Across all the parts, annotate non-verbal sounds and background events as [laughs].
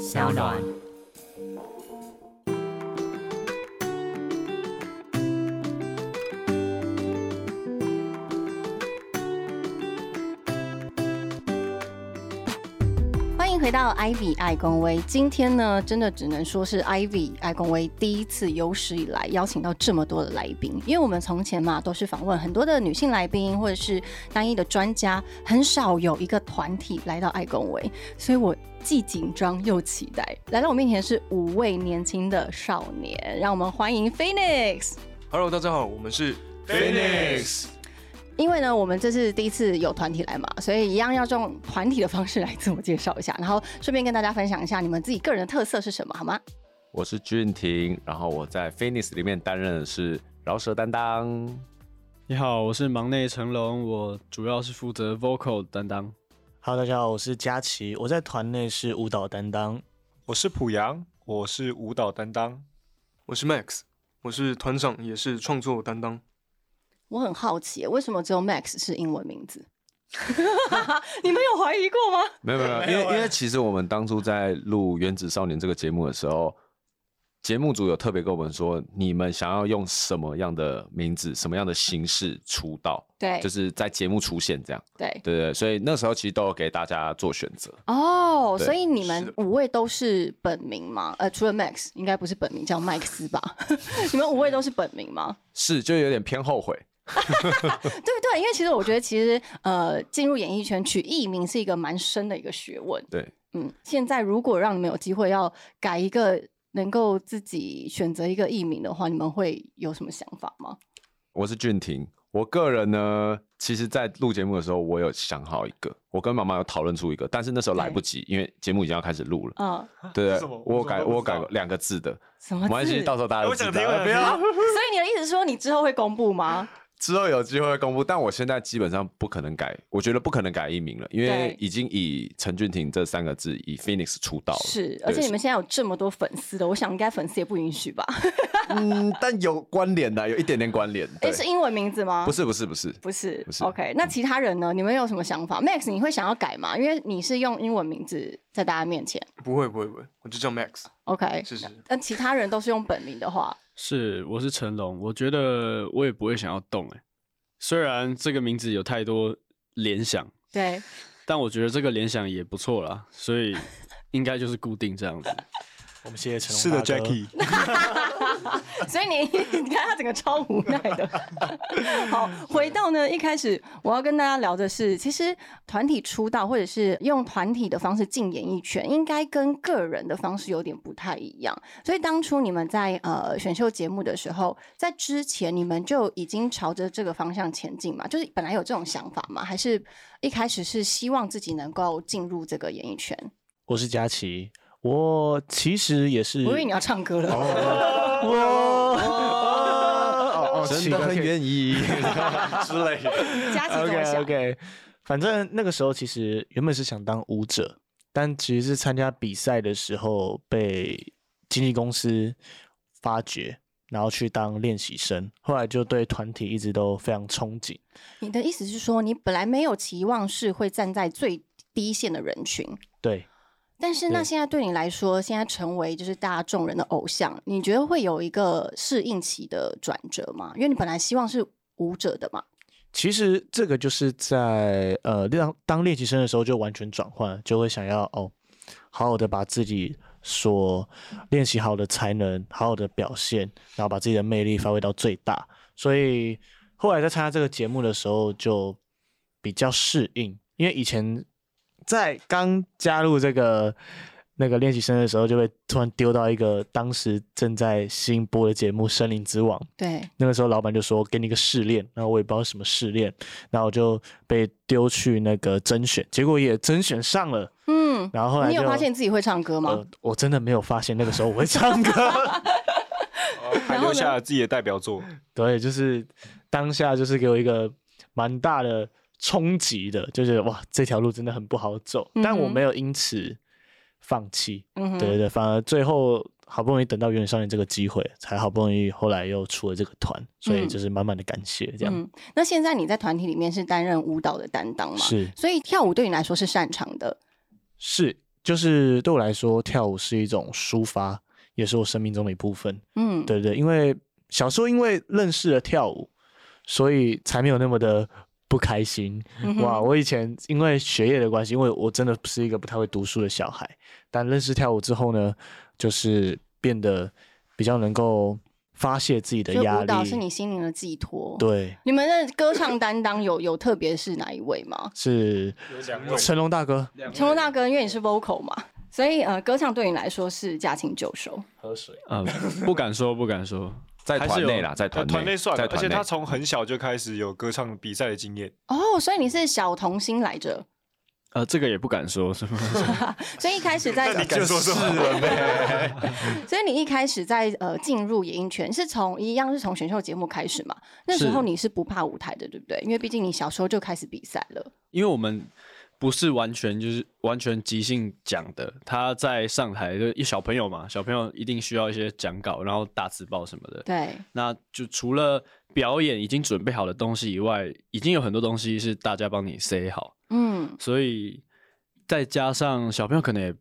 小暖。欢迎回到 Ivy 爱公威，今天呢，真的只能说是 Ivy 爱公威第一次有史以来邀请到这么多的来宾，因为我们从前嘛都是访问很多的女性来宾或者是单一的专家，很少有一个团体来到爱公威，所以我既紧张又期待。来到我面前是五位年轻的少年，让我们欢迎 Phoenix。 Hello，大家好，我们是 Phoenix 因为呢，我们这是第一次有团体来嘛，所以一样要用团体的方式来自我介绍一下，然后顺便跟大家分享一下你们自己个人的特色是什么，好吗？我是俊廷，然后我在 Phoenix 里面担任的是饶舌担当。你好，我是忙内成龙，我主要是负责 vocal 担当。 Hello，大家好，我是佳琪，我在团内是舞蹈担当。我是濮阳，我是舞蹈担当。我是 Max，我是团长，也是创作担当。我很好奇，为什么只有 Max 是英文名 [laughs] 字？你们有怀疑过吗？没有没有，没有因为因为其实我们当初在录《原子少年》这个节目的时候，节目组有特别跟我们说，你们想要用什么样的名字、什么样的形式出道，对，就是在节目出现这样。对，对对对，所以那时候其实都有给大家做选择。哦，对所以你是们五位都是本名吗？呃，除了 Max 应该不是本名，叫麦克斯吧？ [laughs] 你们五位都是本名吗？是，就有点偏后悔。对不对？因为其实我觉得，其实呃，进入演艺圈取艺名是一个蛮深的一个学问。对，嗯，现在如果让你们有机会要改一个能够自己选择一个艺名的话，你们会有什么想法吗？我是俊廷，我个人呢，其实，在录节目的时候，我有想好一个，我跟妈妈有讨论出一个，但是那时候来不及，因为节目已经要开始录了。啊、对是什么，我有我怎么改都不我知有改道过两个字的，什么没字？关系，到时候哎大家都知道。不要。啊 [laughs] 所以你的意思是说，你之后会公布吗？之后有机会公布，但我现在基本上不可能改，我觉得不可能改艺名了，因为对已经以陈俊廷这三个字以 Phoenix 出道了。是，而且对你们现在有这么多粉丝的，我想应该粉丝也不允许吧？嗯，但有关联的，有一点点关联。诶，对，哎是英文名字吗？不是不是不是，不是，不是 OK，那其他人呢？你们有什么想法？Max，你会想要改吗？因为你是用英文名字在大家面前不会不会不会，我就叫 Max。 ，OK？是是那其他人都是用本名的话，是，我是成龙，我觉得我也不会想要动哎、虽然这个名字有太多联想，对，但我觉得这个联想也不错啦，所以应该就是固定这样子。我们谢谢成龙。是的，Jackie， [laughs] [laughs] 所以你你看他整个超无奈的。 [laughs] 好，回到呢一开始我要跟大家聊的是，其实团体出道或者是用团体的方式进演艺圈，应该跟个人的方式有点不太一样。所以当初你们在呃选秀节目的时候，在之前你们就已经朝着这个方向前进嘛？就是本来有这种想法吗？还是一开始是希望自己能够进入这个演艺圈？我是佳琪，我其实也是。哦我以为你要唱歌 [laughs] 了。哦哦哦，真的很愿意。之类的。佳琪怎么 OK 想 OK，反正那个时候其实原本是想当舞者，但其实是参加比赛的时候被经纪公司发掘，然后去当练习生，后来就对团体一直都非常憧憬。你的意思是说，你本来没有期望是会站在最低线的人群，对，但是那对现在对你来说，现在成为就是大众人的偶像，你觉得会有一个适应期的转折吗？因为你本来希望是舞者的嘛，其实这个就是在呃当当练习生的时候就完全转换，就会想要哦，好好的把自己所练习好的才能，好好的表现，然后把自己的魅力发挥到最大。所以后来在参加这个节目的时候就比较适应，因为以前在刚加入这个那个练习生的时候，就被突然丢到一个当时正在新播的节目《森林之王》。对，那个时候老板就说给你一个试炼，然后我也不知道什么试炼，然后我就被丢去那个甄选，结果也甄选上了，嗯，然后后来你有就发现自己会唱歌吗？呃，我真的没有发现那个时候我会 [laughs] 唱歌，还留下了自己的代表作。对，就是当下就是给我一个蛮大的冲击的，就是哇这条路真的很不好走，但我嗯哼没有因此放弃，嗯哼，对对对，反而最后好不容易等到《原始少年》这个机会，才好不容易后来又出了这个团，所以嗯就是满满的感谢这样。嗯，那现在你在团体里面是担任舞蹈的担当嘛？是所以跳舞对你来说是擅长的，是就是对我来说，跳舞是一种抒发，也是我生命中的一部分。嗯，对对，因为小时候因为认识了跳舞，所以才没有那么的不开心。嗯哼哇，我以前因为学业的关系，因为我真的是一个不太会读书的小孩，但认识跳舞之后呢，就是变得比较能够发泄自己的就压舞蹈是力。你心灵的寄托。，对，你们的歌唱担当有有特别是哪一位吗？是两位成龙大哥成龙大哥，因为你是 vocal 嘛，所以呃，歌唱对你来说是驾轻就熟。喝水。啊，不敢说，不敢说，在还是团内有啦，在呃团团内算了，在而且团内他。从很小就开始有歌唱比赛的经验，哦，所以你是小童星来着，呃，这个也不敢说，什么所以一开始 [laughs] 在，敢说什么？所以你一开始在呃进入演艺圈是从一样是从选秀节目开始嘛？那时候是你是不怕舞台的，对不对？因为毕竟你小时候就开始比赛了。因为我们不是完全就是完全即兴讲的，他在上台就一小朋友嘛，小朋友一定需要一些讲稿，然后大字报什么的。对，那就除了表演已经准备好的东西以外，已经有很多东西是大家帮你塞好，嗯，所以再加上小朋友可能也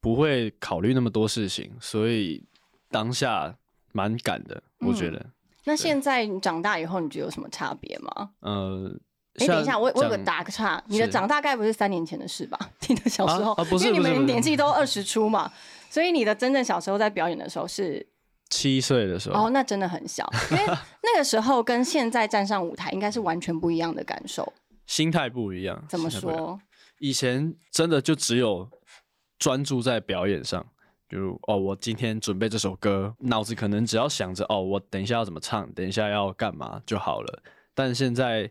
不会考虑那么多事情，所以当下蛮赶的，我觉嗯得。那现在你长大以后，你觉得有什么差别吗？呃，哎，等一下，我我有个像打个岔，你的是长大概不是三年前的事吧？ [laughs] 你的小时候，啊啊不是因为你不是们不是年纪都二十出嘛，所以你的真正小时候在表演的时候是七岁的时候，哦，那真的很小，因 [laughs] 为那个时候跟现在站上舞台应该是完全不一样的感受。心态不一样。怎么心态不一样？说？以前真的就只有专注在表演上，比如哦，我今天准备这首歌，脑子可能只要想着哦，我等一下要怎么唱，等一下要干嘛就好了。但现在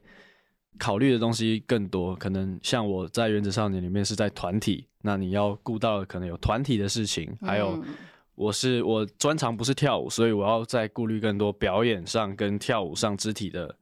考虑的东西更多，可能像我在《原子少年》里面是在团体，那你要顾到的可能有团体的事情，还有嗯我是我专长不是跳舞，所以我要再顾虑更多表演上跟跳舞上肢体的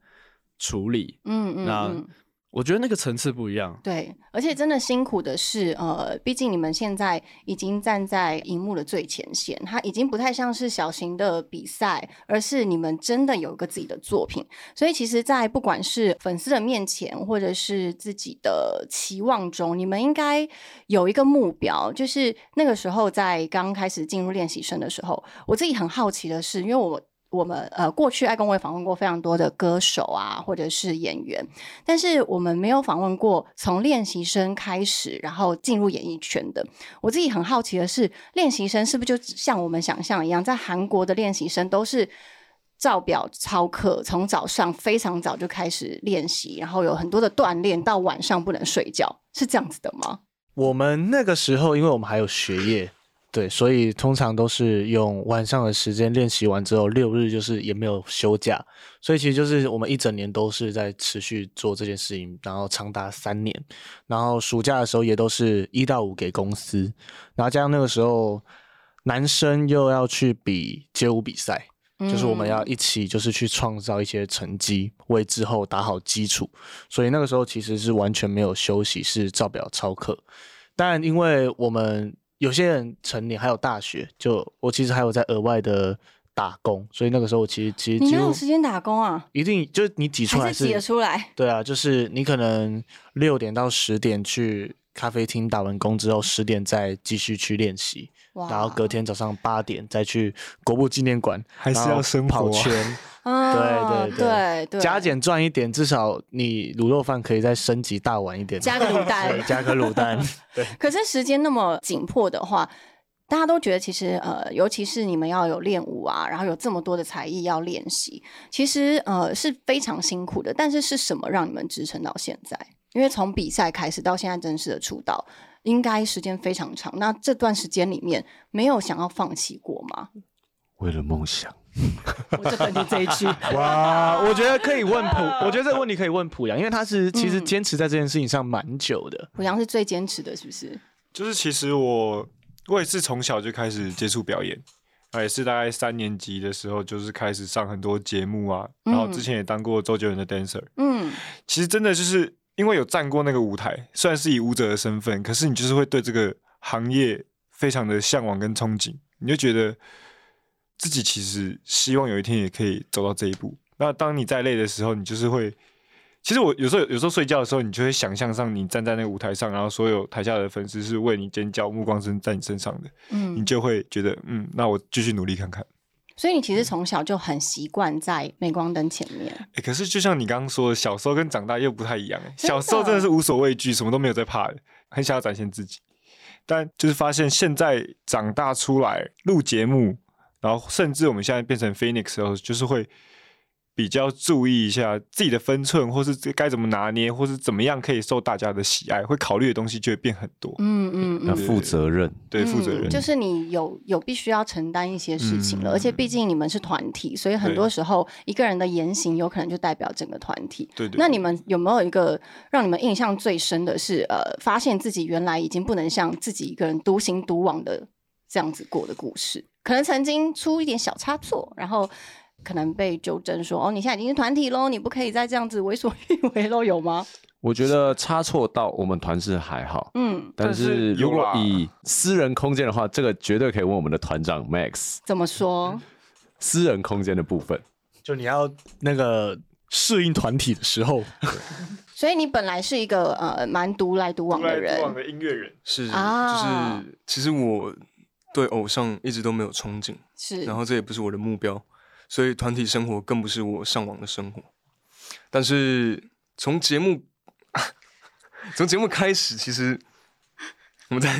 处理。嗯嗯那嗯，我觉得那个层次不一样，对，而且真的辛苦的是，呃，毕竟你们现在已经站在荧幕的最前线，它已经不太像是小型的比赛，而是你们真的有一个自己的作品。所以，其实，在不管是粉丝的面前，或者是自己的期望中，你们应该有一个目标。就是那个时候，在刚开始进入练习生的时候，我自己很好奇的是，因为我。我们呃，过去爱公会访问过非常多的歌手啊，或者是演员，但是我们没有访问过从练习生开始，然后进入演艺圈的。我自己很好奇的是，练习生是不是就像我们想象一样，在韩国的练习生都是照表操课，从早上非常早就开始练习，然后有很多的锻炼，到晚上不能睡觉，是这样子的吗？我们那个时候，因为我们还有学业， [laughs] 对，所以通常都是用晚上的时间练习完之后，六日就是也没有休假，所以其实就是我们一整年都是在持续做这件事情，然后长达三年，然后暑假的时候也都是一到五给公司，然后加上那个时候男生又要去比街舞比赛，就是我们要嗯一起就是去创造一些成绩，为之后打好基础。所以那个时候其实是完全没有休息，是照表操课。但因为我们有些人成年还有大学，就我其实还有在额外的打工，所以那个时候我其实其实你几哪乎有时间打工啊？一定就是你挤出还来是挤得出来？对啊，就是你可能六点到十点去咖啡厅打完工之后，十点再继续去练习。哇然后隔天早上八点再去国部纪念馆， [laughs] 还是然后要生活啊跑圈，啊对对对对，加减赚一点，至少你卤肉饭可以再升级大碗一点，加个卤蛋对加个卤蛋，可是时间那么紧迫的话，大家都觉得其实呃，尤其是你们要有练舞啊，然后有这么多的才艺要练习，其实呃是非常辛苦的。但是是什么让你们支撑到现在？因为从比赛开始到现在正式的出道，应该时间非常长。那这段时间里面，没有想要放弃过吗？为了梦想，我就等你这一句。 [laughs] 哇， [laughs] 我觉得可 [laughs] 以问普，我觉得这个问题可以问普阳，因为他是其实坚持在这件事情上蛮久的。濮阳是最坚持的，是不是？就是其实我我也是从小就开始接触表演，啊，也是大概三年级的时候，就是开始上很多节目啊，然后嗯之前也当过周杰伦的 dancer，嗯，其实真的就是因为有站过那个舞台，虽然是以舞者的身份，可是你就是会对这个行业非常的向往跟憧憬，你就觉得自己其实希望有一天也可以走到这一步。那当你在累的时候，你就是会其实我有时候有时候睡觉的时候，你就会想象上你站在那个舞台上，然后所有台下的粉丝是为你尖叫，目光是在你身上的，你嗯，就会觉得嗯，那我继续努力看看。所以你其实从小就很习惯在镁光灯前面，哎、可是就像你刚刚说的，小时候跟长大又不太一样、欸。小时候真的是无所畏惧，什么都没有在怕的，很想要展现自己。但就是发现现在长大出来录节目，然后甚至我们现在变成 Phoenix 的时候，就是会比较注意一下自己的分寸，或是该怎么拿捏，或是怎么样可以受大家的喜爱，会考虑的东西就会变很多。嗯嗯要嗯，负责任。对，负责任、嗯就是你有有必须要承担一些事情了，嗯而且毕竟你们是团体，所以很多对啊时候一个人的言行有可能就代表整个团体。对对。那对你们有没有一个让你们印象最深的是，呃，发现自己原来已经不能像自己一个人独行独往的这样子过的故事？可能曾经出一点小差错，然后可能被纠正说，哦，你现在已经是团体喽，你不可以再这样子为所欲为喽，有吗？我觉得差错到我们团是还好，嗯，但但是是如有果啦以私人空间的话，这个绝对可以问我们的团长 Max。怎么说？ [laughs] 私人空间的部分，就你要那个适应团体的时候， [laughs] 所以你本来是一个呃蛮独来独往独来的独人，往的音乐人，是，啊就是其实我对偶像一直都没有憧憬，是， [laughs] 然后这也不是我的目标，所以团体生活更不是我向往的生活。但是从节目， [laughs] 从节目开始，其实我们在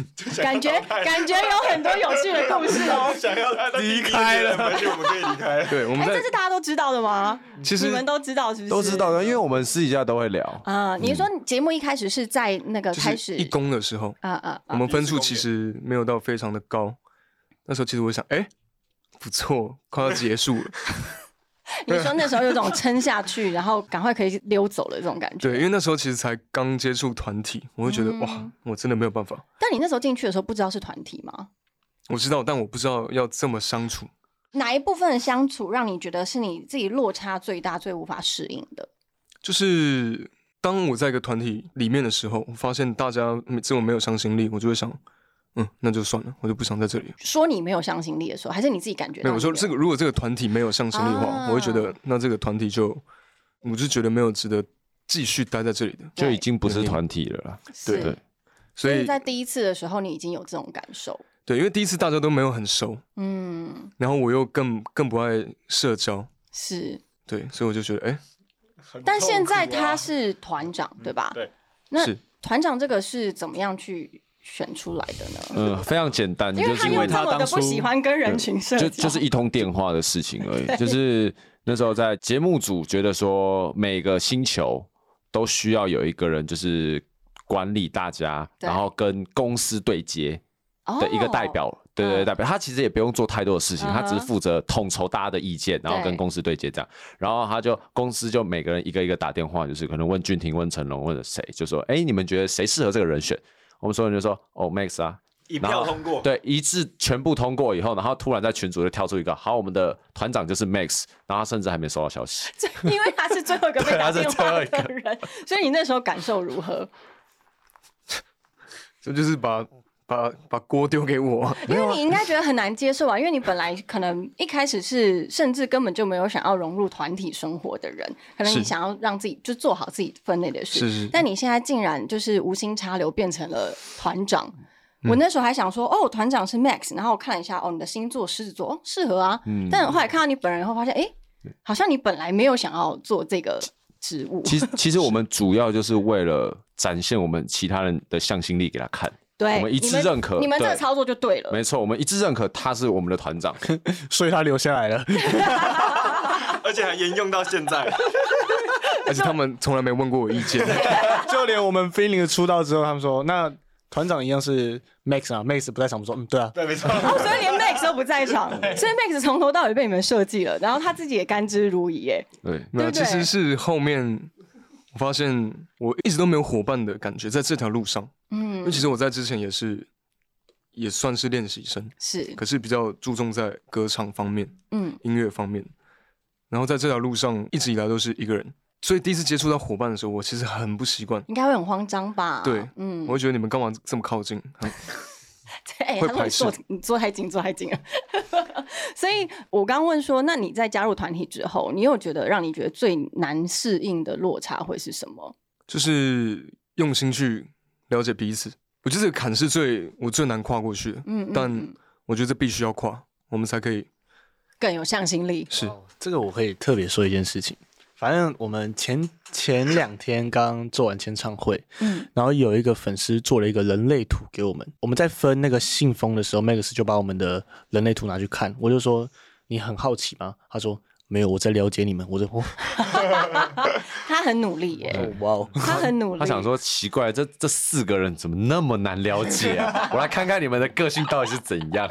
感觉感觉有很多有趣的故 [laughs] 事哦。想要他离开了。而且我们可以离开了对我哎、们在这是大家都知道的吗？其实你们都知道是不是？都知道啊的，因为我们私底下都会聊。啊、你是说节目一开始是在那个嗯就开是始一公的时候，啊 [laughs] 啊我啊，们分数其实没有到非常的高。那时候其实我想，哎，不错，快要结束了。你说那时候有种撑下去，然后赶快可以溜走了这种感觉。对，因为那时候其实才刚接触团体，我会觉得、哇，我真的没有办法。但你那时候进去的时候不知道是团体吗？我知道，但我不知道要这么相处。哪一部分的相处让你觉得是你自己落差最大、最无法适应的？就是当我在一个团体里面的时候，我发现大家没这么没有向心力，我就会想，嗯，那就算了，我就不想在这里了。说你没有向心力的时候，还是你自己感觉没到有，我你说这个如果这个团体没有向心力的话，啊我会觉得那这个团体就，我就觉得没有值得继续待在这里的。就已经不是团体了啦，是对所就是以在第一次的时候，你已经有这种感受。对，因为第一次大家都没有很熟，嗯，然后我又更更不爱社交，是。对，所以我就觉得，哎，但现在他是团长，对吧？对。那是团长这个是怎么样去选出来的呢？嗯、非常简单，因为就他是因又为这他么的当初不喜欢跟人群啊社交，就就是一通电话的事情而已。就是那时候在节目组觉得说，每个星球都需要有一个人，就是管理大家，对然后跟公司对接的一个代表。对对对，哦嗯代表他其实也不用做太多的事情，嗯哼他只是负责统筹大家的意见，然后跟对公司对接这样。然后他就公司就每个人一个一个打电话，就是可能问俊廷、问成龙或者谁，就说：“哎，你们觉得谁适合这个人选？”我们所有人就说：“哦，Max 啊，一然后通过，对，一致全部通过以后，然后突然在群组就跳出一个，好，我们的团长就是 Max，然后他甚至还没收到消息。最， [laughs] 因为他是最后一个被打电话的人，所以你那时候感受如何？这就是把把把锅丢给我。因啊为你应该觉得很难接受吧？啊因为你本来可能一开始是甚至根本就没有想要融入团体生活的人，可能你是想要让自己就做好自己分内的事，是是但你现在竟然就是无心插柳变成了团长。嗯我那时候还想说，哦，团长是 Max，然后我看了一下，哦，你的星座狮子座，哦，适合啊。嗯但后来看到你本人以后，发现，哎、好像你本来没有想要做这个职务。 [laughs] 其实，其实我们主要就是为了展现我们其他人的向心力给他看。对，我们一致你们认可你们这个对操作就对了。没错，我们一致认可他是我们的团 [laughs] 长。所以他留下来了。 [laughs] 而且还沿用到现在。而且他们从来没问过我意 [laughs] 见。 [laughs] 就连我们菲林的出道之后，他们说那团长一样是 Max 啊，Max 不在场，我们说嗯对啊， [laughs] 对，没错。哦， [laughs] 所以连 Max 都不在 [laughs] 场，所以 Max 从头到尾被你们设计了，然后他自己也甘之如饴耶。对，没有，啊对其不对实是后面我发现我一直都没有伙伴的感觉，在这条路上，因嗯为，其实我在之前也是也算是练习生，是，可是比较注重在歌唱方面、嗯，音乐方面，然后在这条路上一直以来都是一个人，所以第一次接触到伙伴的时候，我其实很不习惯，应该会很慌张吧？对嗯我，会觉得你们干嘛这么靠近？很 [laughs] 哎、会他说排你斥坐你坐太近，坐太近了。 [laughs] 所以我刚问说，那你在加入团体之后，你有觉得让你觉得最难适应的落差会是什么？就是用心去了解彼此。我觉得这个坎是最我最难跨过去的，嗯嗯但嗯我觉得这必须要跨，我们才可以更有向心力。是。这个我可以特别说一件事情。反正我们前前两天刚做完签唱会，嗯，然后有一个粉丝做了一个人类图给我们。我们在分那个信封的时候，Max 就把我们的人类图拿去看，我就说你很好奇吗？他说没有，我在了解你们。我说哦，他很努力 [laughs] 耶，哇哦，他很努力。他想说奇怪，这这四个人怎么那么难了解 [laughs] 啊？我来看看你们的个性到底是怎样。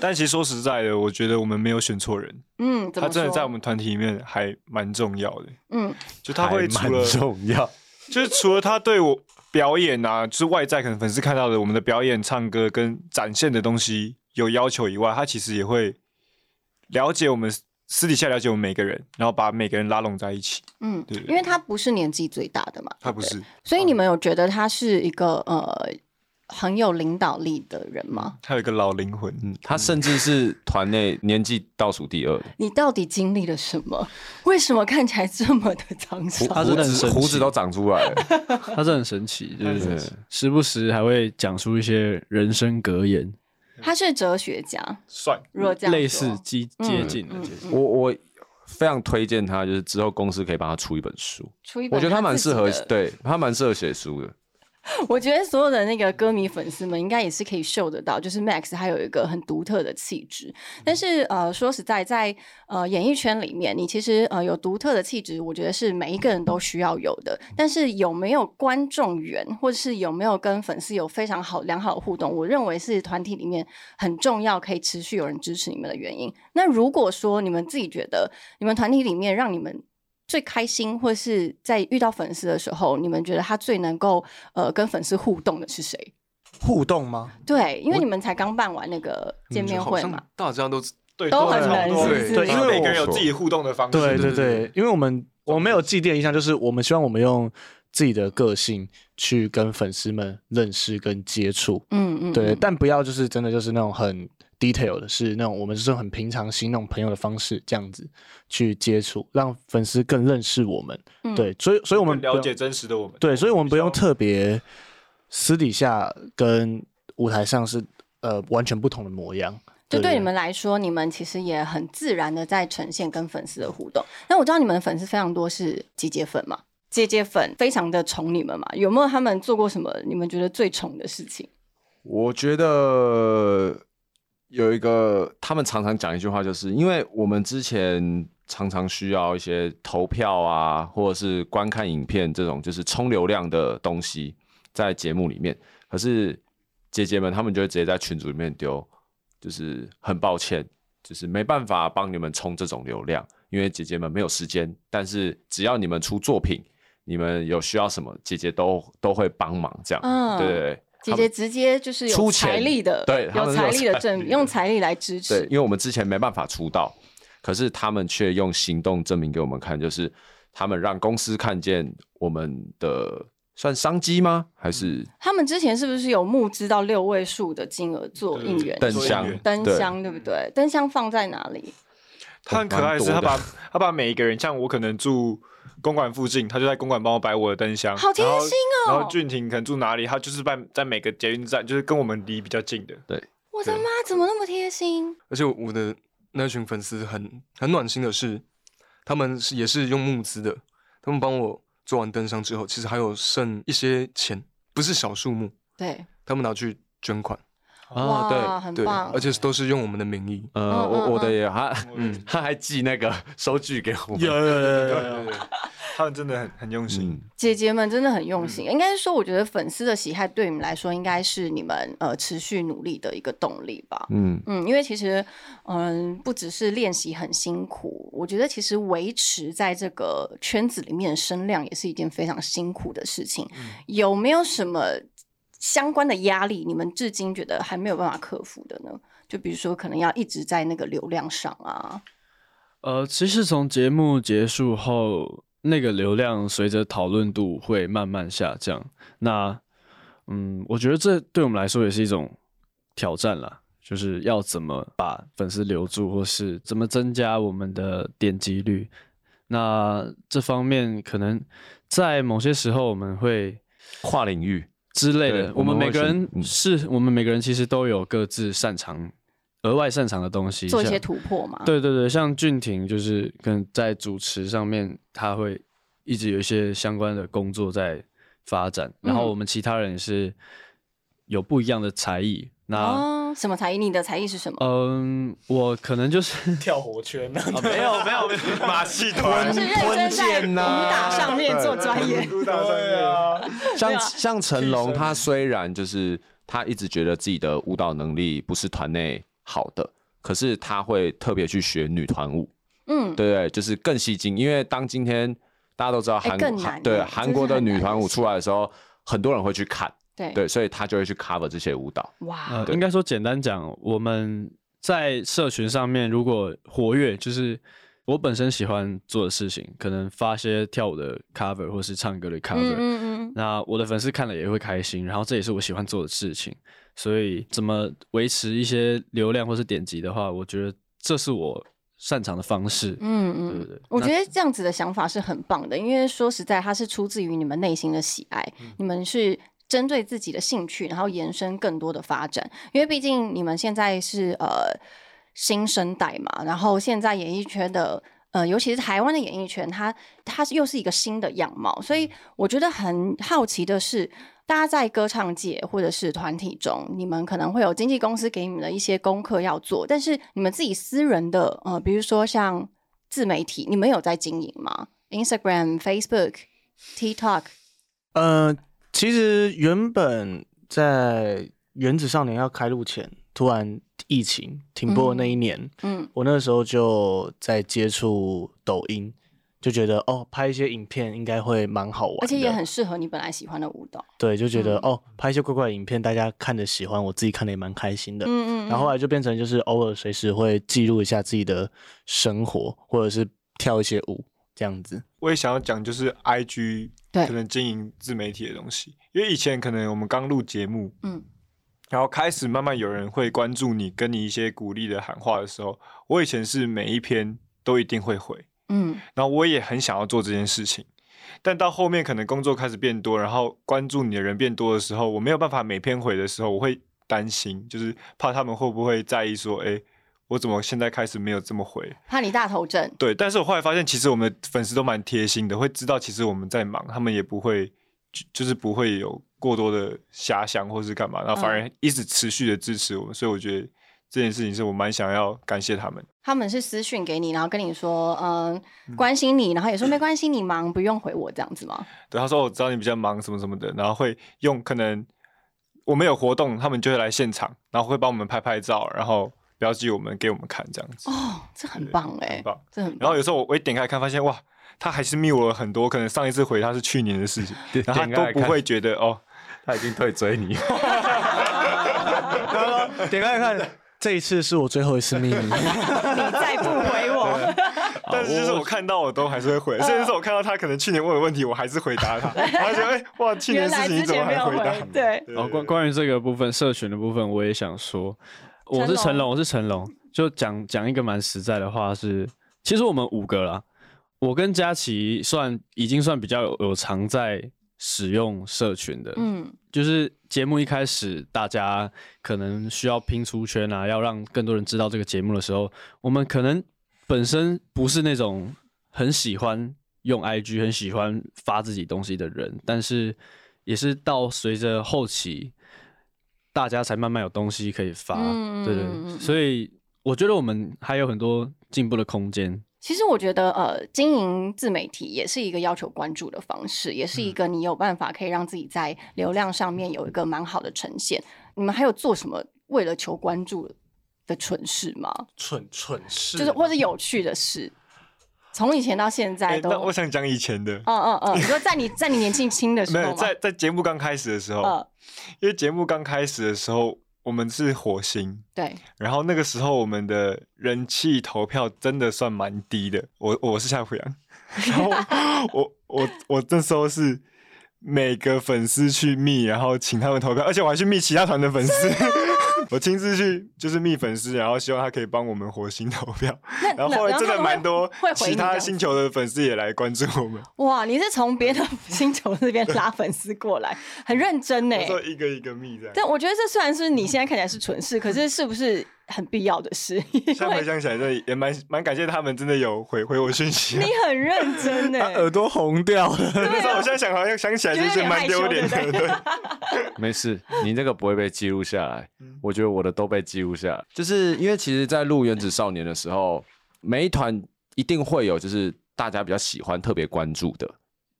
但其实说实在的，我觉得我们没有选错人，嗯，怎他么真的说在我们团体里面还蛮重要的。嗯，就他会还除了蛮重要，就是除了他对我表演啊，就是外在可能粉丝看到的我们的表演、唱歌跟展现的东西有要求以外，他其实也会了解我们私底下了解我们每个人，然后把每个人拉拢在一起。嗯对，因为他不是年纪最大的嘛，他不对对，是，所以你们嗯有觉得他是一个呃很有领导力的人吗？他有一个老灵魂。嗯，他甚至是团内年纪倒数第二的，你到底经历了什么？为什么看起来这么的沧胡桑？他真胡的很子神奇胡子都长出来了。 [laughs] 他是很神奇，就对是时不时还会讲出一些人生格言，他是哲学家，算如果这样类说似接接近的接近。我我非常推荐他，就是之后公司可以帮他出一本书，出一本我觉得他蛮自己适合的，对他蛮适合写书的。我觉得所有的那个歌迷粉丝们应该也是可以嗅得到，就是 Max 他有一个很独特的气质。但是呃，说实在，在呃演艺圈里面，你其实呃有独特的气质，我觉得是每一个人都需要有的。但是有没有观众缘，或者是有没有跟粉丝有非常好良好的互动，我认为是团体里面很重要，可以持续有人支持你们的原因。那如果说你们自己觉得你们团体里面让你们最开心，或是在遇到粉丝的时候，你们觉得他最能够呃跟粉丝互动的是谁？互动吗？对，因为你们才刚办完那个见面会嗯就好嘛像，大家都对，都很差难，不是多不对是？对因为每我个人有自己互动的方式。 [laughs] 对对对对，因为我们我没有祭奠印象，就是我们希望我们用自己的个性去跟粉丝们认识跟接触，嗯嗯，对，嗯但不要就是真的就是那种很 detail 的，是那种我们就是很平常心那种朋友的方式这样子去接触，让粉丝更认识我们。嗯对，所以所以我我们们不用了解真实的我们。对，所以我们不用比较特别私底下跟舞台上是呃完全不同的模样。就对你们来说，你们其实也很自然的在呈现跟粉丝的互动。那我知道你们的粉丝非常多是姐姐粉嘛，姐姐粉非常的宠你们嘛，有没有他们做过什么你们觉得最宠的事情？我觉得有一个他们常常讲一句话，就是因为我们之前常常需要一些投票啊，或者是观看影片这种就是充流量的东西在节目里面，可是姐姐们她们就会直接在群组里面丢，就是很抱歉，就是没办法帮你们冲这种流量，因为姐姐们没有时间，但是只要你们出作品。你们有需要什么，姐姐都都会帮忙，这样，嗯对对对，姐她们姐直接就是有出财钱力的，对他有们是财有力的财证，力的用财力来支对，持因。为我们之前没办法出道，可是他们却用行动证明给我们看，就是他们让公司看见我们的算商机吗？还是他们之前是不是有募资到六位数的金额做应援？灯做应箱援？灯对箱对不对？灯箱放在哪里？他很可爱的是，蛮他多把他把每一个人，像我可能住公馆附近，他就在公馆帮我摆我的灯箱，好贴心哦然后然后俊廷可能住哪里，他就是在在每个捷运站，就是跟我们离比较近的。我的妈，怎么那么贴心？而且我的那群粉丝很很暖心的是，他们是也是用募资的，他们帮我做完灯箱之后，其实还有剩一些钱，不是小数目，对，他们拿去捐款，啊，哇，对，很对，棒而。且都是用我们的名义，呃，嗯嗯我我的也还嗯， [laughs] 他还寄那个收据给我们，有有有对对对，他们真的很很用心。嗯，姐姐们真的很用心，应该是说，我觉得粉丝的喜爱对你们来说，应该是你们呃持续努力的一个动力吧。嗯，嗯，因为其实，嗯，不只是练习很辛苦，我觉得其实维持在这个圈子里面的声量也是一件非常辛苦的事情。有没有什么相关的压力，你们至今觉得还没有办法克服的呢？就比如说，可能要一直在那个流量上啊，呃，其实从节目结束后，那个流量随着讨论度会慢慢下降。那，嗯，我觉得这对我们来说也是一种挑战啦，就是要怎么把粉丝留住，或是怎么增加我们的点击率。那这方面可能在某些时候我们会跨领域，之类对的。我我们会们每个选人嗯是我们每个人其实都有各自擅长、额外擅长的东西，做一些啊像突破嘛。，对对对，像俊廷就是可能在主持上面，他会一直有一些相关的工作在发展，然后嗯我们其他人也是有不一样的才艺。那哦，什么才艺？你的才艺是什么？嗯，我可能就是跳火圈呢、哦没有没有没有，马戏团就是认真在婚武剑啊打上面做钻研。舞蹈专业，对像啊像成龙，他虽然就是他一直觉得自己的舞蹈能力不是团内好的，可是他会特别去学女团舞，嗯，对对，就是更吸睛。因为当今天大家都知道哎韩、更韩难对耶韩真国是的很女难团的舞事出来的时候，很多人会去看，对对，所以他就会去 cover 这些舞蹈。哇呃，，应该说简单讲，我们在社群上面如果活跃，就是我本身喜欢做的事情，可能发些跳舞的 cover 或是唱歌的 cover，、嗯嗯嗯，那我的粉丝看了也会开心，然后这也是我喜欢做的事情，所以怎么维持一些流量或是点击的话，我觉得这是我擅长的 [laughs] 方式。嗯对对嗯对，我那觉得这样子的想法是很棒的，因为说实在，它是出自于你们内心的喜爱，你们是。针对自己的兴趣，然后延伸更多的发展，因为毕竟你们现在是呃新生代嘛，然后现在演艺圈的呃，尤其是台湾的演艺圈，它它是又是一个新的样貌，所以我觉得很好奇的是，大家在歌唱界或者是团体中，你们可能会有经纪公司给你们的一些功课要做，但是你们自己私人的呃，比如说像自媒体，你们有在经营吗？Instagram、Facebook、TikTok，嗯、其实原本在《原子少年》要开录前，突然疫情停播的那一年，嗯我那时候就在接触抖音，就觉得哦，拍一些影片应该会蛮好玩的，而且也很适合你本来喜欢的舞蹈。对，就觉得、嗯哦，拍一些怪怪的影片，大家看着喜欢，我自己看的也蛮开心的。嗯然后后来就变成就是偶尔随时会记录一下自己的生活，或者是跳一些舞这样子。我也想要讲，就是 I G 对可能经营自媒体的东西，因为以前可能我们刚录节目，嗯，然后开始慢慢有人会关注你，跟你一些鼓励的喊话的时候，我以前是每一篇都一定会回，嗯然后我也很想要做这件事情，但到后面可能工作开始变多，然后关注你的人变多的时候，我没有办法每篇回的时候，我会担心，就是怕他们会不会在意说，哎，我怎么现在开始没有这么回？怕你大头症。对，但是我后来发现，其实我们的粉丝都蛮贴心的，会知道其实我们在忙，他们也不会就就是不会有过多的遐想或是干嘛，然后反而一直持续的支持我们，所以我觉得这件事情是我蛮想要感谢他们。他们是私讯给你，然后跟你说，嗯，关心你，然后也说没关系，你忙不用回我这样子吗？对，他说哦我知道你比较忙什么什么的，然后会用可能我们有活动，他们就会来现场，然后会帮我们拍拍照，然后标记我们给我们看这样子。哦，这很棒哎、很棒这很然棒。后有时候我我一点开看，发现哇，他还是密我了很多，可能上一次回他是去年的事情，然后 [laughs] 他点开来都不看会觉得哦。他已经退追你，点开看，这一次是我最后一次秘密。你再不回我，但是哦就是我看到我都还是 [laughs] 会回，甚至是我看到他可能去年问我问题，我还是回答他，我还觉得哎、哇，去年原的事来情你之怎么前没还有回答？回，对，对哦，关关于这个部分，社群的部分，我也想说，我是成成龙龙，我是成龙，就讲讲一个蛮实在的话是，其实我们五个啦，我跟佳琪算已经算比较有有常在使用社群的，嗯就是节目一开始，大家可能需要拼出圈啊，要让更多人知道这个节目的时候，我们可能本身不是那种很喜欢用 IG、很喜欢发自己东西的人，但是也是到随着后期，大家才慢慢有东西可以发，嗯对嗯嗯嗯对，所以我觉得我们还有很多进步的空间。其实我觉得，呃，经营自媒体也是一个要求关注的方式，也嗯是一个你有办法可以让自己在流量上面有一个蛮好的呈现。你们还有做什么为了求关注的蠢事吗？蠢蠢事就是或者有趣的事，从以前到现在哎都，那我嗯想讲以前的，嗯嗯，你说在你在你年纪轻的时没候有吗？在哦在节目刚开始的时候，呃，因为节目刚开始的时候我们是火星，对，然后那个时候我们的人气投票真的算蛮低的，我我是夏普阳，然 [laughs] 后我我我那时候是每个粉丝去密，然后请他们投票，而且我还去密其他团的粉丝， [laughs] 我亲自去就是密粉丝，然后希望他可以帮我们火星投票。那然后后来真的蛮多会回其你他的星球的粉丝也来关注我们，哇！你是从别的 [laughs] 星球那边拉粉丝过来， [laughs] 很认真呢我。说一个一个密这样。但我觉得这虽然是你现在看起来是蠢事，可是是不是很必要的事？因现在回为想起来，真的也蛮蛮感谢他们，真的有回回我讯息、啊你。很认真 [laughs] 呢。耳朵红掉了。那时候我现在想，好像想起来就是蛮丢脸啊觉得有的，点对。没事，你那个不会被记录下来。我觉得我的都被记录下来，就是因为其实，在录《原子少年》的时候，每一团一定会有就是大家比较喜欢、特别关注的，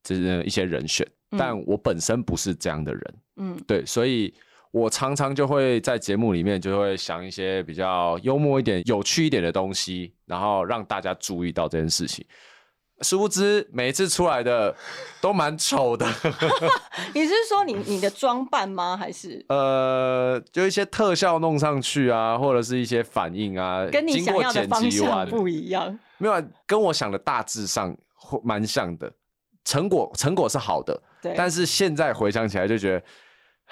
就是一些人选。嗯但我本身不是这样的人，嗯，对，所以我常常就会在节目里面就会想一些比较幽默一点、有趣一点的东西，然后让大家注意到这件事情。殊不知，每一次出来的都蛮丑的。你是说你你的装扮吗？还是呃，就一些特效弄上去啊，或者是一些反应啊，跟你经想过要的剪方辑向完，不一样？没有啊跟我想的大致上或蛮像的，成果成果是好的，对，但是现在回想起来就觉得，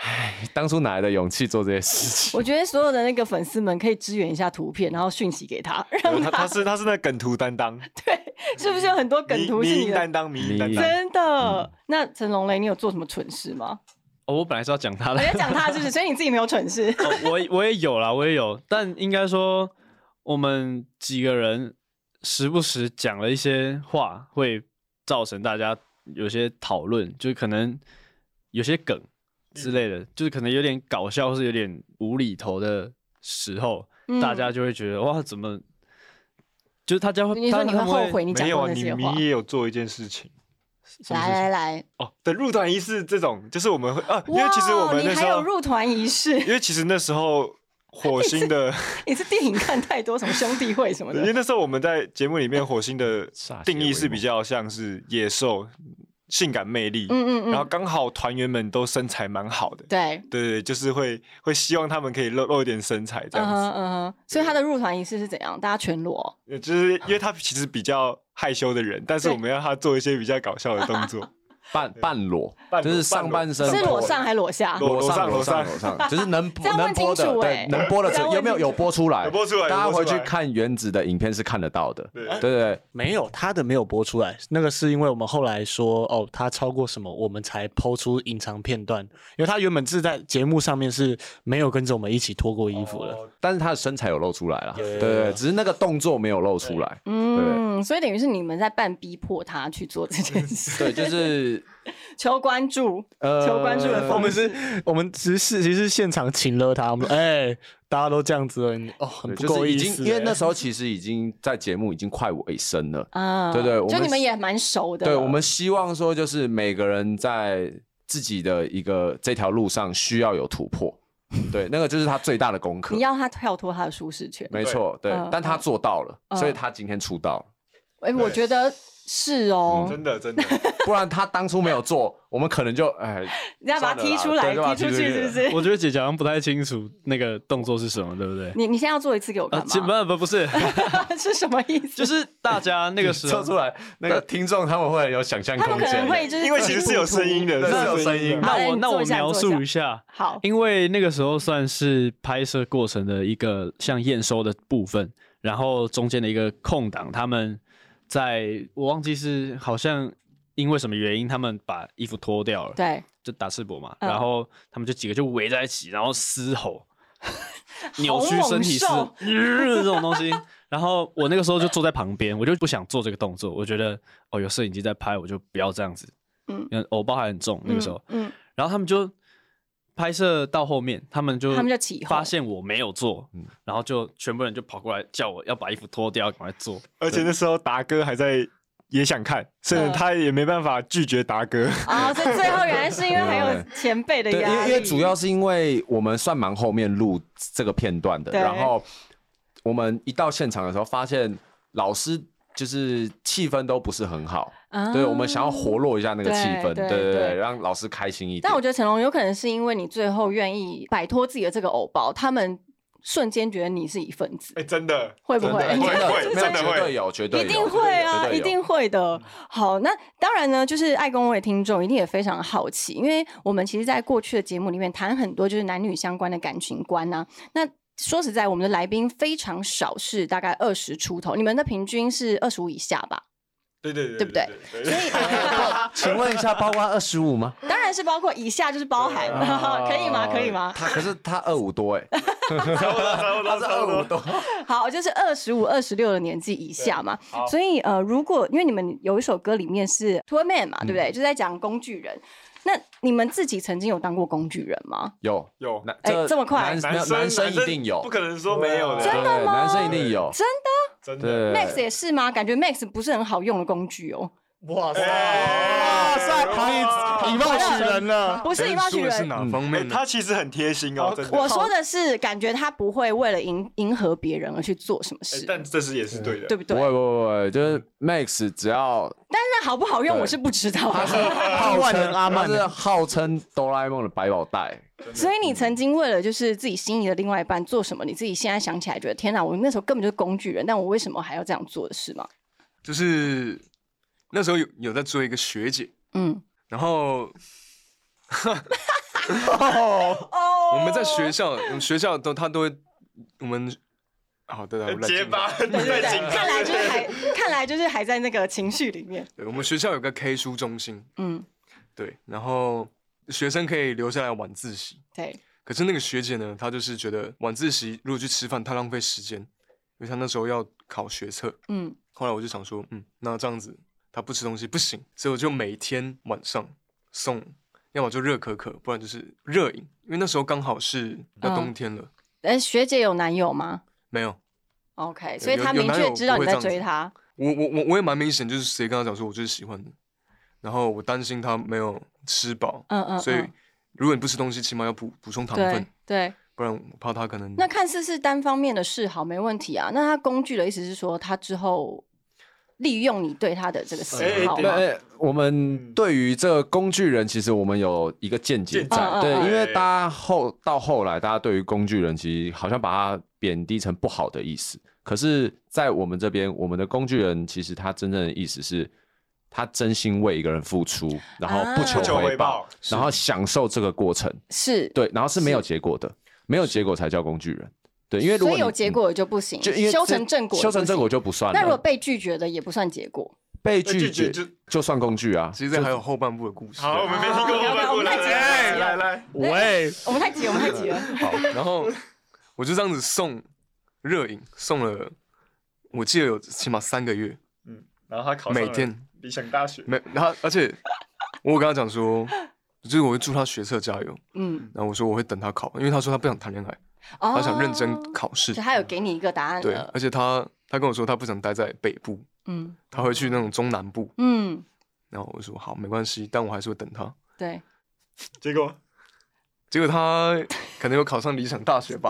唉，当初哪来的勇气做这些事情？我觉得所有的那个粉丝们可以支援一下图片，然后讯息给他，让啊他他是他是那梗图担当，是不是有很多梗迷图是迷你因的担？当，迷因担迷因当。真嗯的？那陈龙雷，你有做什么蠢事 [laughs] 吗？哦，我本来是要讲他我 [laughs] 的，？在讲他是不是？所以你自己没有蠢事哦我也我也有啦，我也有，但应该说我们几个人时不时讲了一些话，会造成大家有些讨论，就是可能有些梗之嗯类的，就是可能有点搞笑，或是有点无厘头的时候，嗯大家就会觉得哇，怎么？就是大家 [laughs] 会，你说大你家会们后悔你讲没有过啊，那你些话你？也有做一件事情来来来，哦。对，入团仪式这种，就是我们会啊，因哇，为其实我们你那时还有候，入团仪式， [laughs] 因为其实那时候火星的， [laughs] 你是电影看太多什么兄弟会什么因为的？那时候我们在节目里面火星的歃血定义是为盟比较像是野兽、性感魅力，嗯嗯然后嗯，刚好团员们都身材蛮好的，对，对对，就是会会希望他们可以露露一点身材这嗯样子哼。嗯哼。所以他的入团仪式是怎样？大家全裸，呃就是因为他其实比较害羞的人，但是对我们让他做一些比较搞笑的动作，半半裸，半裸就是上半身是裸裸上还裸下？裸上裸上上裸上，就是 [laughs] 能这样问能播清的，楚对欸，能播的这样问有没有清楚有播出来？有播出来大家有播回出去来看原子的影片是看得到的。 [laughs] 对对对对，没有，他的没有播出来，那个是因为我们后来说哦，他超过什么，我们才抛出隐藏片段，因为他原本是在节目上面是没有跟着我们一起脱过衣服的。哦但是他的身材有露出来了，有有有对对有对，只是那个动作没有露出来。嗯，所以等于是你们在半逼迫他去做这件事，对，就是求关注，呃，求关注的我方们式。是，我们只是其实是现场请了他，我们说哎、大家都这样子了，你哦，很对不就够是已意思欸、经，因为那时候其实已经在节目已经快尾声了。啊对对我就们你们是也蛮熟的。对，我们希望说就是每个人在自己的一个这条路上需要有突破，对，那个就是他最大的功课你。要他跳脱他的舒适圈。没错，对嗯，但他做到了，嗯所以他今天出道了。哎，我觉得是哦，嗯 [laughs] 真的真的。不然他当初没有做，我们可能就哎，你要把他踢出来，算了啦踢对出去就把他踢出去是不是？我觉得姐姐好像不太清楚那个动作是什么，对不对？你你现在要做一次给我啊，看姐吗？不不啊不 [laughs] 是，是什么意思？就是大家那 [laughs] 个时做候出来，那个听众他们会有想象他们空可能间会的。就是 [laughs] 因为其实自己是有互涂声音 [laughs] 的，对是是有声音的好那我你那做我哎一下描做一述一下，好，因为那个时候算是拍摄过程的一个像验收的部分，然后中间的一个空档，他们在我忘记是好像因为什么原因，他们把衣服脱掉了，对，就打赤膊嘛，嗯然后他们就几个就围在一起，然后嘶吼，扭曲身体是、好呃这种东西。 [laughs] 然后我那个时候就坐在旁边，我就不想做这个动作，我觉得哦有摄影机在拍，我就不要这样子，嗯嗯，偶包还很重那个时候，嗯，然后他们就拍摄到后面，他们就他们就起哄发现我没有做，然后就全部人就跑过来叫我要把衣服脱掉，赶快做。而且那时候达哥还在也想看，甚至他也没办法拒绝达哥。嗯啊，所以最后原来是因为还有前辈的对，因压为力，因为主要是因为我们算蛮后面录这个片段的，对然后我们一到现场的时候，发现老师就是气氛都不是很好，啊对我们想要活络一下那个对气氛，对对对对对，让老师开心一点。但我觉得成龙有可能是因为你最后愿意摆脱自己的这个偶包，他们瞬间觉得你是一份子，哎，真的会不会？真的会真的会真的绝会对有，绝对一有定会啊，绝对一有定会的。好，那当然呢，就是爱公卫听众一定也非常好奇，因为我们其实，在过去的节目里面谈很多就是男女相关的感情观啊。那说实在，我们的来宾非常少，是大概二十出头，你们的平均是二十五以下吧？对对对对不对？对所以请问一下，包括二十五吗？当然是包括以下就是包含， [laughs] 可以吗？可以吗？他可是他二五多哎，差不多差不他 [laughs] 多是差 [laughs] 二不五多。多，好，就是二十五、二十六的年纪以下嘛，所以呃，如果因为你们有一首歌里面是 Tour Man 嘛，对不对？就在讲工具人。那你们自己曾经有当过工具人吗？有有男哎这么快男男没有生男生一定有不，可能说没有的，真的对吗男生一定有，真真的。呃对 Max 也是吗？感觉 Max 不是很好用的工具哦，哇塞，哇塞你以貌取人了。不是以貌取啊说的是人。哪方面呢？哎他其实很贴心哦，真的。我说的是，感觉他不会为了迎迎合别人而去做什么哎事，但这是也是对的，对不对不？会不会不会，就是 Max 只要那好不好用，我是不知道 [laughs] 啊。 [laughs] 号万称能阿他曼是号称哆啦 A 梦的百宝袋，所以你曾经为了就是自己心仪的另外一半做什么？你自己现在想起来觉得天哪，我那时候根本就是工具人，但我为什么还要这样做的事吗？就是那时候有有在追一个学姐，嗯，然后哦我们在学校，我们学校都他都会，我们好的，对很结巴，。 [laughs] 很对对紧对，看张。来就是还 [laughs] 看来就是还在那个情绪里面。对，我们学校有个 K 书中心，嗯，对，然后学生可以留下来晚自习。对，可是那个学姐呢，她就是觉得晚自习如果去吃饭太浪费时间，因为她那时候要考学测。嗯，后来我就想说，嗯，那这样子她不吃东西不行，所以我就每天晚上送，要么就热可可，不然就是热饮，因为那时候刚好是要冬天了，哎，学姐有男友吗没有。 ？OK，对所以呃有他有明男确友知道不你会在这样追子他。我我我我也蛮明显，就是直接跟他讲说，我就是喜欢你，然后我担心他没有吃饱，嗯嗯，所以嗯如果你不吃东西，起码要补补充糖对分，嗯对，不然我怕他可能那看似是单方面的示好，没问题啊。那他工具的意思是说，他之后利用你对他的这个喜好哎那、吗？呃我们对于这个工具人，其实我们有一个见解嗯见解在，对，嗯嗯嗯因为大家后到后来，大家对于工具人其实好像把它贬低成不好的意思。可是，在我们这边，我们的工具人其实他真正的意思是，他真心为一个人付出，然后不求啊不求回回报报，然后享受这个过程，是，对，然后是没有结果的，没有结果才叫工具人，对，因为如所果以有你结，嗯果就不行，就因为修这成正果，修成正果。就不算了。那如果被拒绝的也不算结果。被被拒拒绝绝就就算工具啊，其实这还有后半部的故事。[laughs] 好，我们没听过，好们过来我们太来紧张了来来，喂，我们太急了，我们太急了。好，然后我就这样子送热饮，送了，我记得有起码三个月，嗯，然后他考上每了天理想大学，没，然后而且我有跟他讲说，就是我会祝他学测加油，嗯，然后我说我会等他考，因为他说他不想谈恋爱，哦 [laughs] 他想认真考试就，他有给你一个答案对，了而。且他他跟我说他不想待在北部，嗯他会去那种中南部，嗯，然后我说好，没关系，但我还是会等他。对，结果结果他可能有考上理想大学吧，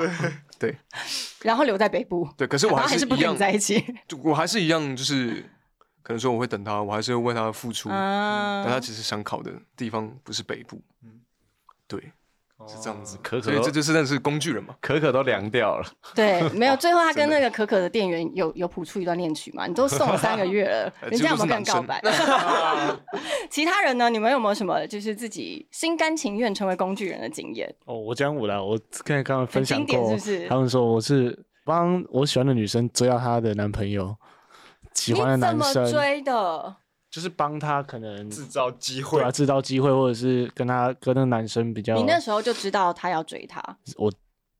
对然后留在北部，对，可是我然后还是是不一跟样你，在一起。就我还是一样，就是可能说我会等他，我还是会为他付出，嗯但他啊，其实想考的地方不是北部，对，是这样子，可所以这就是那是工具人嘛，可可都凉掉了。 [laughs] 对，没有。最后他跟那个可可的店员有有谱出一段恋曲嘛？你都送了三个月 [laughs] 了，哎人家有没有跟你告白？ [laughs] 其他人呢？你们有没有什么就是自己心甘情愿成为工具人的经验？哦，我讲我啦，我刚才刚刚分享很经典是过，不是他们说我是帮我喜欢的女生追到她的男朋友，喜你欢的怎男么生追的？就是帮他可能制造机对会啊，，制造机会，或者是跟他跟那个男生比较，你那时候就知道他要追他，我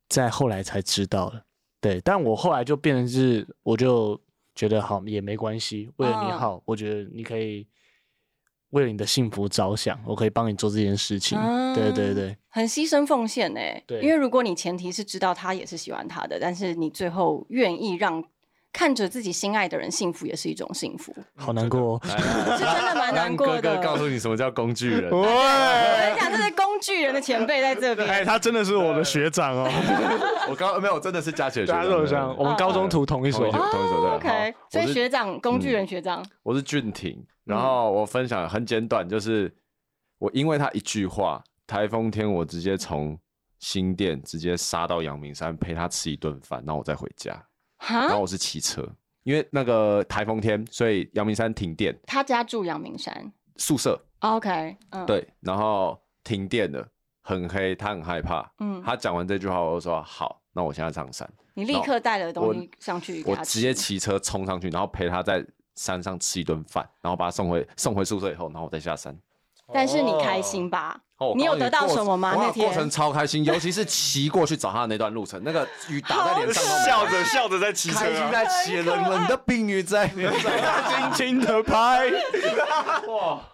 在后来才知道的，对，但我后来就变成是，我就觉得好也没关系，为了你嗯好，我觉得你可以为了你的幸福着想，我可以帮你做这件事情，对对嗯对，很牺牲奉献呢、对因为如果你前提是知道他也是喜欢他的，但是你最后愿意让看着自己心爱的人幸福，也是一种幸福，好难过、哦。是真的蛮难过的。哥哥告诉你什么叫工具啊 [laughs] 人。我跟你讲，这是工具人的前辈在这边。哎他真的是我的学长哦，我刚没有，真的是佳琪的学大家长。都有像嗯我们高中读同一所哦同一，所，同一所对。啊 OK，好所以我是嗯学长，工具人学长，我是俊廷，然后我分享很简短，就是我因为他一句话，台风天我直接从新店直接杀到阳明山陪他吃一顿饭，然后我再回家。然哈后，我是骑车，因为那个台风天，所以阳明山停电，他家住阳明山宿舍，OK，嗯，，对，然后停电了，很黑，他很害怕。嗯他讲完这句话，我就说好，那我现在上山，你立刻带了东西上去给我他吃，直接骑车冲上去，然后陪他在山上吃一顿饭，然后把他送回送回宿舍以后，然后我再下山。但是你开心吧？哦，我你有告诉得到过什么吗哇那天过程超开心，尤其是骑过去找他的那段路程，那个雨打在脸上都没有，笑着笑着在骑车开心啊，在骑，冷冷的冰雨在脸上 [laughs] 轻轻的拍，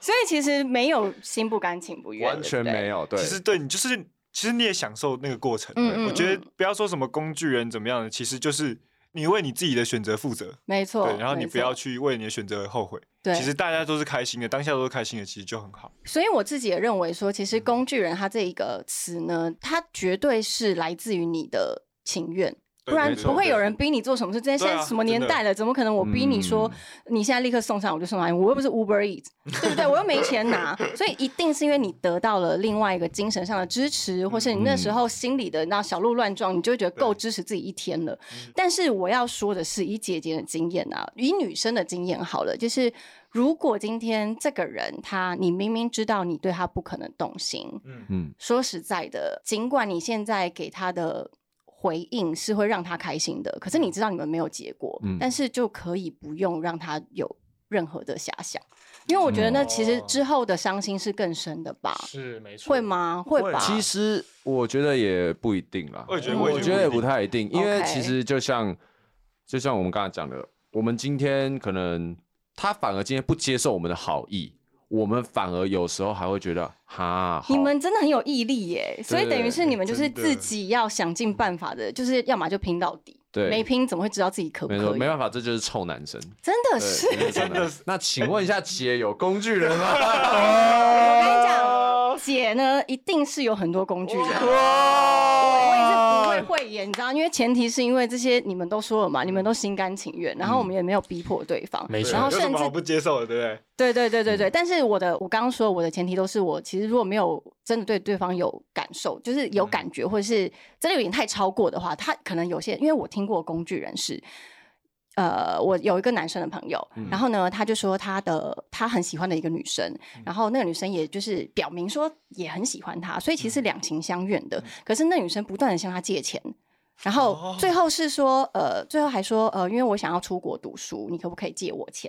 所以其实没有心不甘情不愿，哦完全对不对没。有，对其，实对你就是，其实你也享受那个过程。嗯嗯我觉得不要说什么工具人怎么样的，其实就是你为你自己的选择负责。没错，对，然后你没错不要去为你的选择而后悔。对，其实大家都是开心的，当下都是开心的，其实就很好。所以我自己也认为说，其嗯实“工具人”他这一个词呢，它绝对是来自于你的情愿。对不然没错不会有对人逼你做什么事。现在对啊嗯现在什么年代了，怎么可能我逼你说、你现在立刻送上我就送上来？我又不是 Uber Eat，对不对？我又没钱拿，所以一定是因为你得到了另外一个精神上的支持，或是你那嗯时候心里的那小鹿乱撞，你就会觉得够支持自己一天了。但是我要说的是，以姐姐的经验啊，以女生的经验好了，就是如果今天这个人他，你明明知道你对他不可能动心，嗯，说实在的，尽管你现在给他的回应是会让他开心的，可是你知道你们没有结果，嗯但是就可以不用让他有任何的遐想，因为我觉得那其实之后的伤心是更深的吧？是没错啊会？吗？会吧？其实我觉得也不一定啦，我也觉得我也我觉得觉得也不一定不太一定，因为 OK 其实就像就像我们刚才讲的，我们今天可能他反而今天不接受我们的好意，我们反而有时候还会觉得哈，好你们真的很有毅力耶，所以等于是你们就是真的自己要想尽办法的，就是要么就拼到底，对没拼怎么会知道自己可不没错，可以没？办法，这就是臭男生，真的对是，这就是臭真的男生。那请问一下，姐有工具人吗？我跟你 [laughs] 哦讲，姐呢一定是有很多工具人。我也是不会讳言，你知道，因为前提是因为这些你们都说了嘛，你们都心甘情愿，然后我们也没有逼迫对嗯方，没错然后有什甚么至好不接受的，对不对？对对对对对，但是我的我刚刚说我的前提都是我其实如果没有真的对对方有感受，就是有感觉，或者是真的有点太超过的话，他可能有些因为我听过工具人是。呃，我有一个男生的朋友，然后呢，他就说他的他很喜欢的一个女生，然后那个女生也就是表明说也很喜欢他，所以其实两情相悦的。可是那女生不断的向他借钱，然后最后是说，呃，最后还说，呃，因为我想要出国读书，你可不可以借我钱？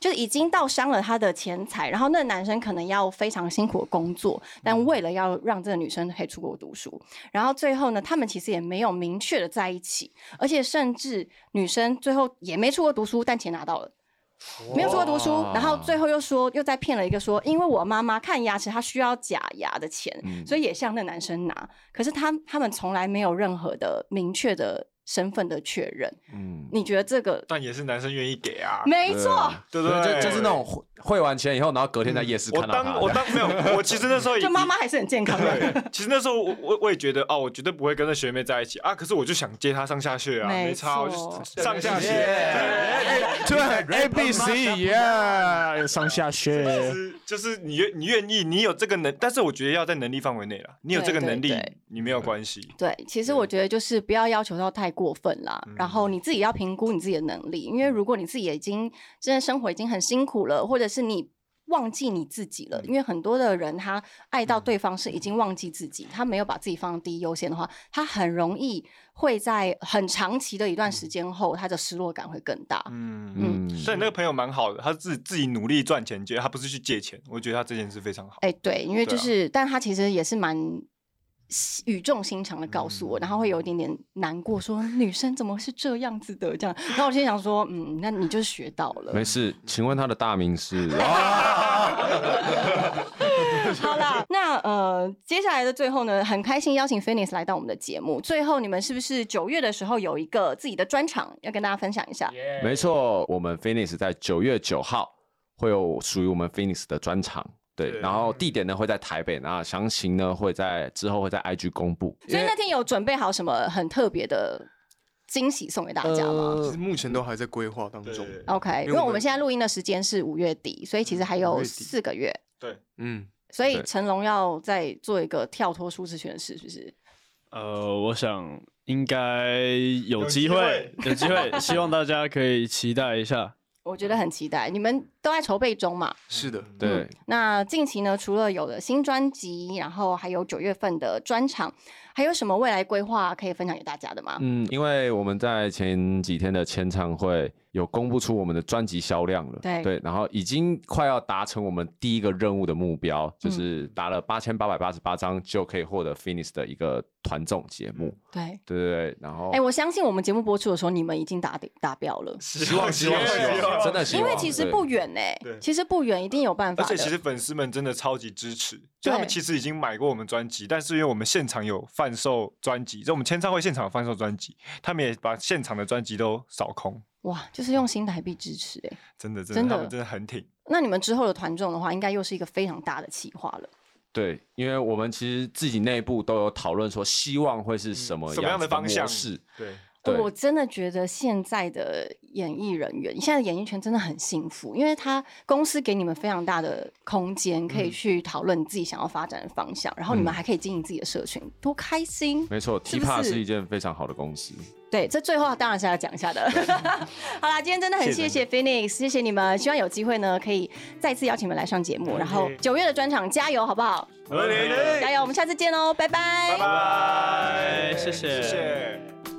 就是已经到伤了他的钱财，然后那个男生可能要非常辛苦的工作，但为了要让这个女生可以出国读书，然后最后呢，他们其实也没有明确的在一起，而且甚至女生最后也没出国读书，但钱拿到了。没有出国读书，然后最后又说又再骗了一个说，因为我妈妈看牙齿，她需要假牙的钱，所以也向那男生拿。可是他他们从来没有任何的明确的身份的确认。嗯，你觉得这个但也是男生愿意给啊，没错？对不对，对？就就是那种汇汇完钱以后，然后隔天在夜市我看到当他，我当没有，我其实 [laughs] 那时候也就妈妈还是很健康的。对，其实那时候我我我也觉得哦，我绝对不会跟那学妹在一起啊，可是我就想接她上下学啊，没没差，我错就上下学。哎对，A B C 耶，上下就学，是就是你愿你愿意，你有这个能，但是我觉得要在能力范围内啦。你有这个能力对对对，你没有关系。对，其实我觉得就是不要要求到太过分啦，然后你自己要评估你自己的能力，因为如果你自己已经真的生活已经很辛苦了，或者是你。忘记你自己了，因为很多的人他爱到对方是已经忘记自己，他没有把自己放第一优先的话，他很容易会在很长期的一段时间后，他的失落感会更大。嗯，嗯嗯，所以那个朋友蛮好的，他自己自己努力赚钱，觉得他不是去借钱，我觉得他这件事非常好。 [laughs] 哎、对，因为就对啊是，但他其实也是蛮喜语重心长的告诉我，然后会有一点点难过，说女生怎么是这样子的这样。然后我心想说，嗯，那你就是学到了。没事。请问他的大名是？ [laughs] 哦啊好 [laughs] 啦，那呃，接下来的最后呢，很开心邀请 Finis 来到我们的节目。最后，你们是不是九月的时候有一个自己的专场要跟大家分享一下？没错，我们 Phoenix 在九月九号会有属于我们 Phoenix 的专场，对，对然后地点呢会在台北，然后详情呢会在之后会在 IG 公布。所以那天有准备好什么很特别的惊喜送呃给大家吗？其实目前都还在规划 [laughs] 当中。对 OK，呃因为因为我我们们嗯现在录音的时间是五月底，所以其实还五有月底四个月。对，嗯，所以对成龙要再做一个跳脱舒适圈的事，是不是？呃，我想应该有有机机会，有机 [laughs] 会，希望大家可以期待一下。我嗯觉得很期待，你们都在筹备中嘛？是的，对，那近期呢，除了有了新专辑，然后还有九月份的专场，还有什么未来规划可以分享给大家的吗？嗯，因为我们在前几天的签唱会有公布出我们的专辑销量了，对然后已经快要达成我们第一个任务的目标，就是达了八千八百八十八张就可以获得 Finis 的一个团综节目，对，对对对，然后嗯哎、我相信我们节目播出的时候，你们已经达达标了，希望 [laughs] 希希望希望真的希因望，为其实对不远哎、啊对其实不远，一定有办法而的。且其实粉丝们真的超级支持，就他们对其实已经买过我们专辑，但是因为我们现场有贩售专辑，就我们签唱会现场有贩售专辑，他们也把现场的专辑都扫空，哇，就是用新台币支持哎、真的真的真的他们真的很挺。那你们之后的团众的话，应该又是一个非常大的企划了。对，因为我们其实自己内部都有讨论说，希望会是什么嗯什么样的方模向式，对，对哦我真的觉得现在的演艺人员，现在的演艺圈真的很幸福，因为他公司给你们非常大的空间，可以去讨论你自己想要发展的方向，然后你们还可以经营自己的社群，多开心！没错是不，TPA 是是一件非常好的公司。对，这最后当然是要讲一下的。 [laughs] 好啦，今天真的很谢谢谢 Phoenix，谢谢你们，希望有机会呢可以再次邀请你们来上节目，然后九月的专场加油好不好？没问题哦加油，我们下次见喽，拜拜拜拜，谢谢谢谢。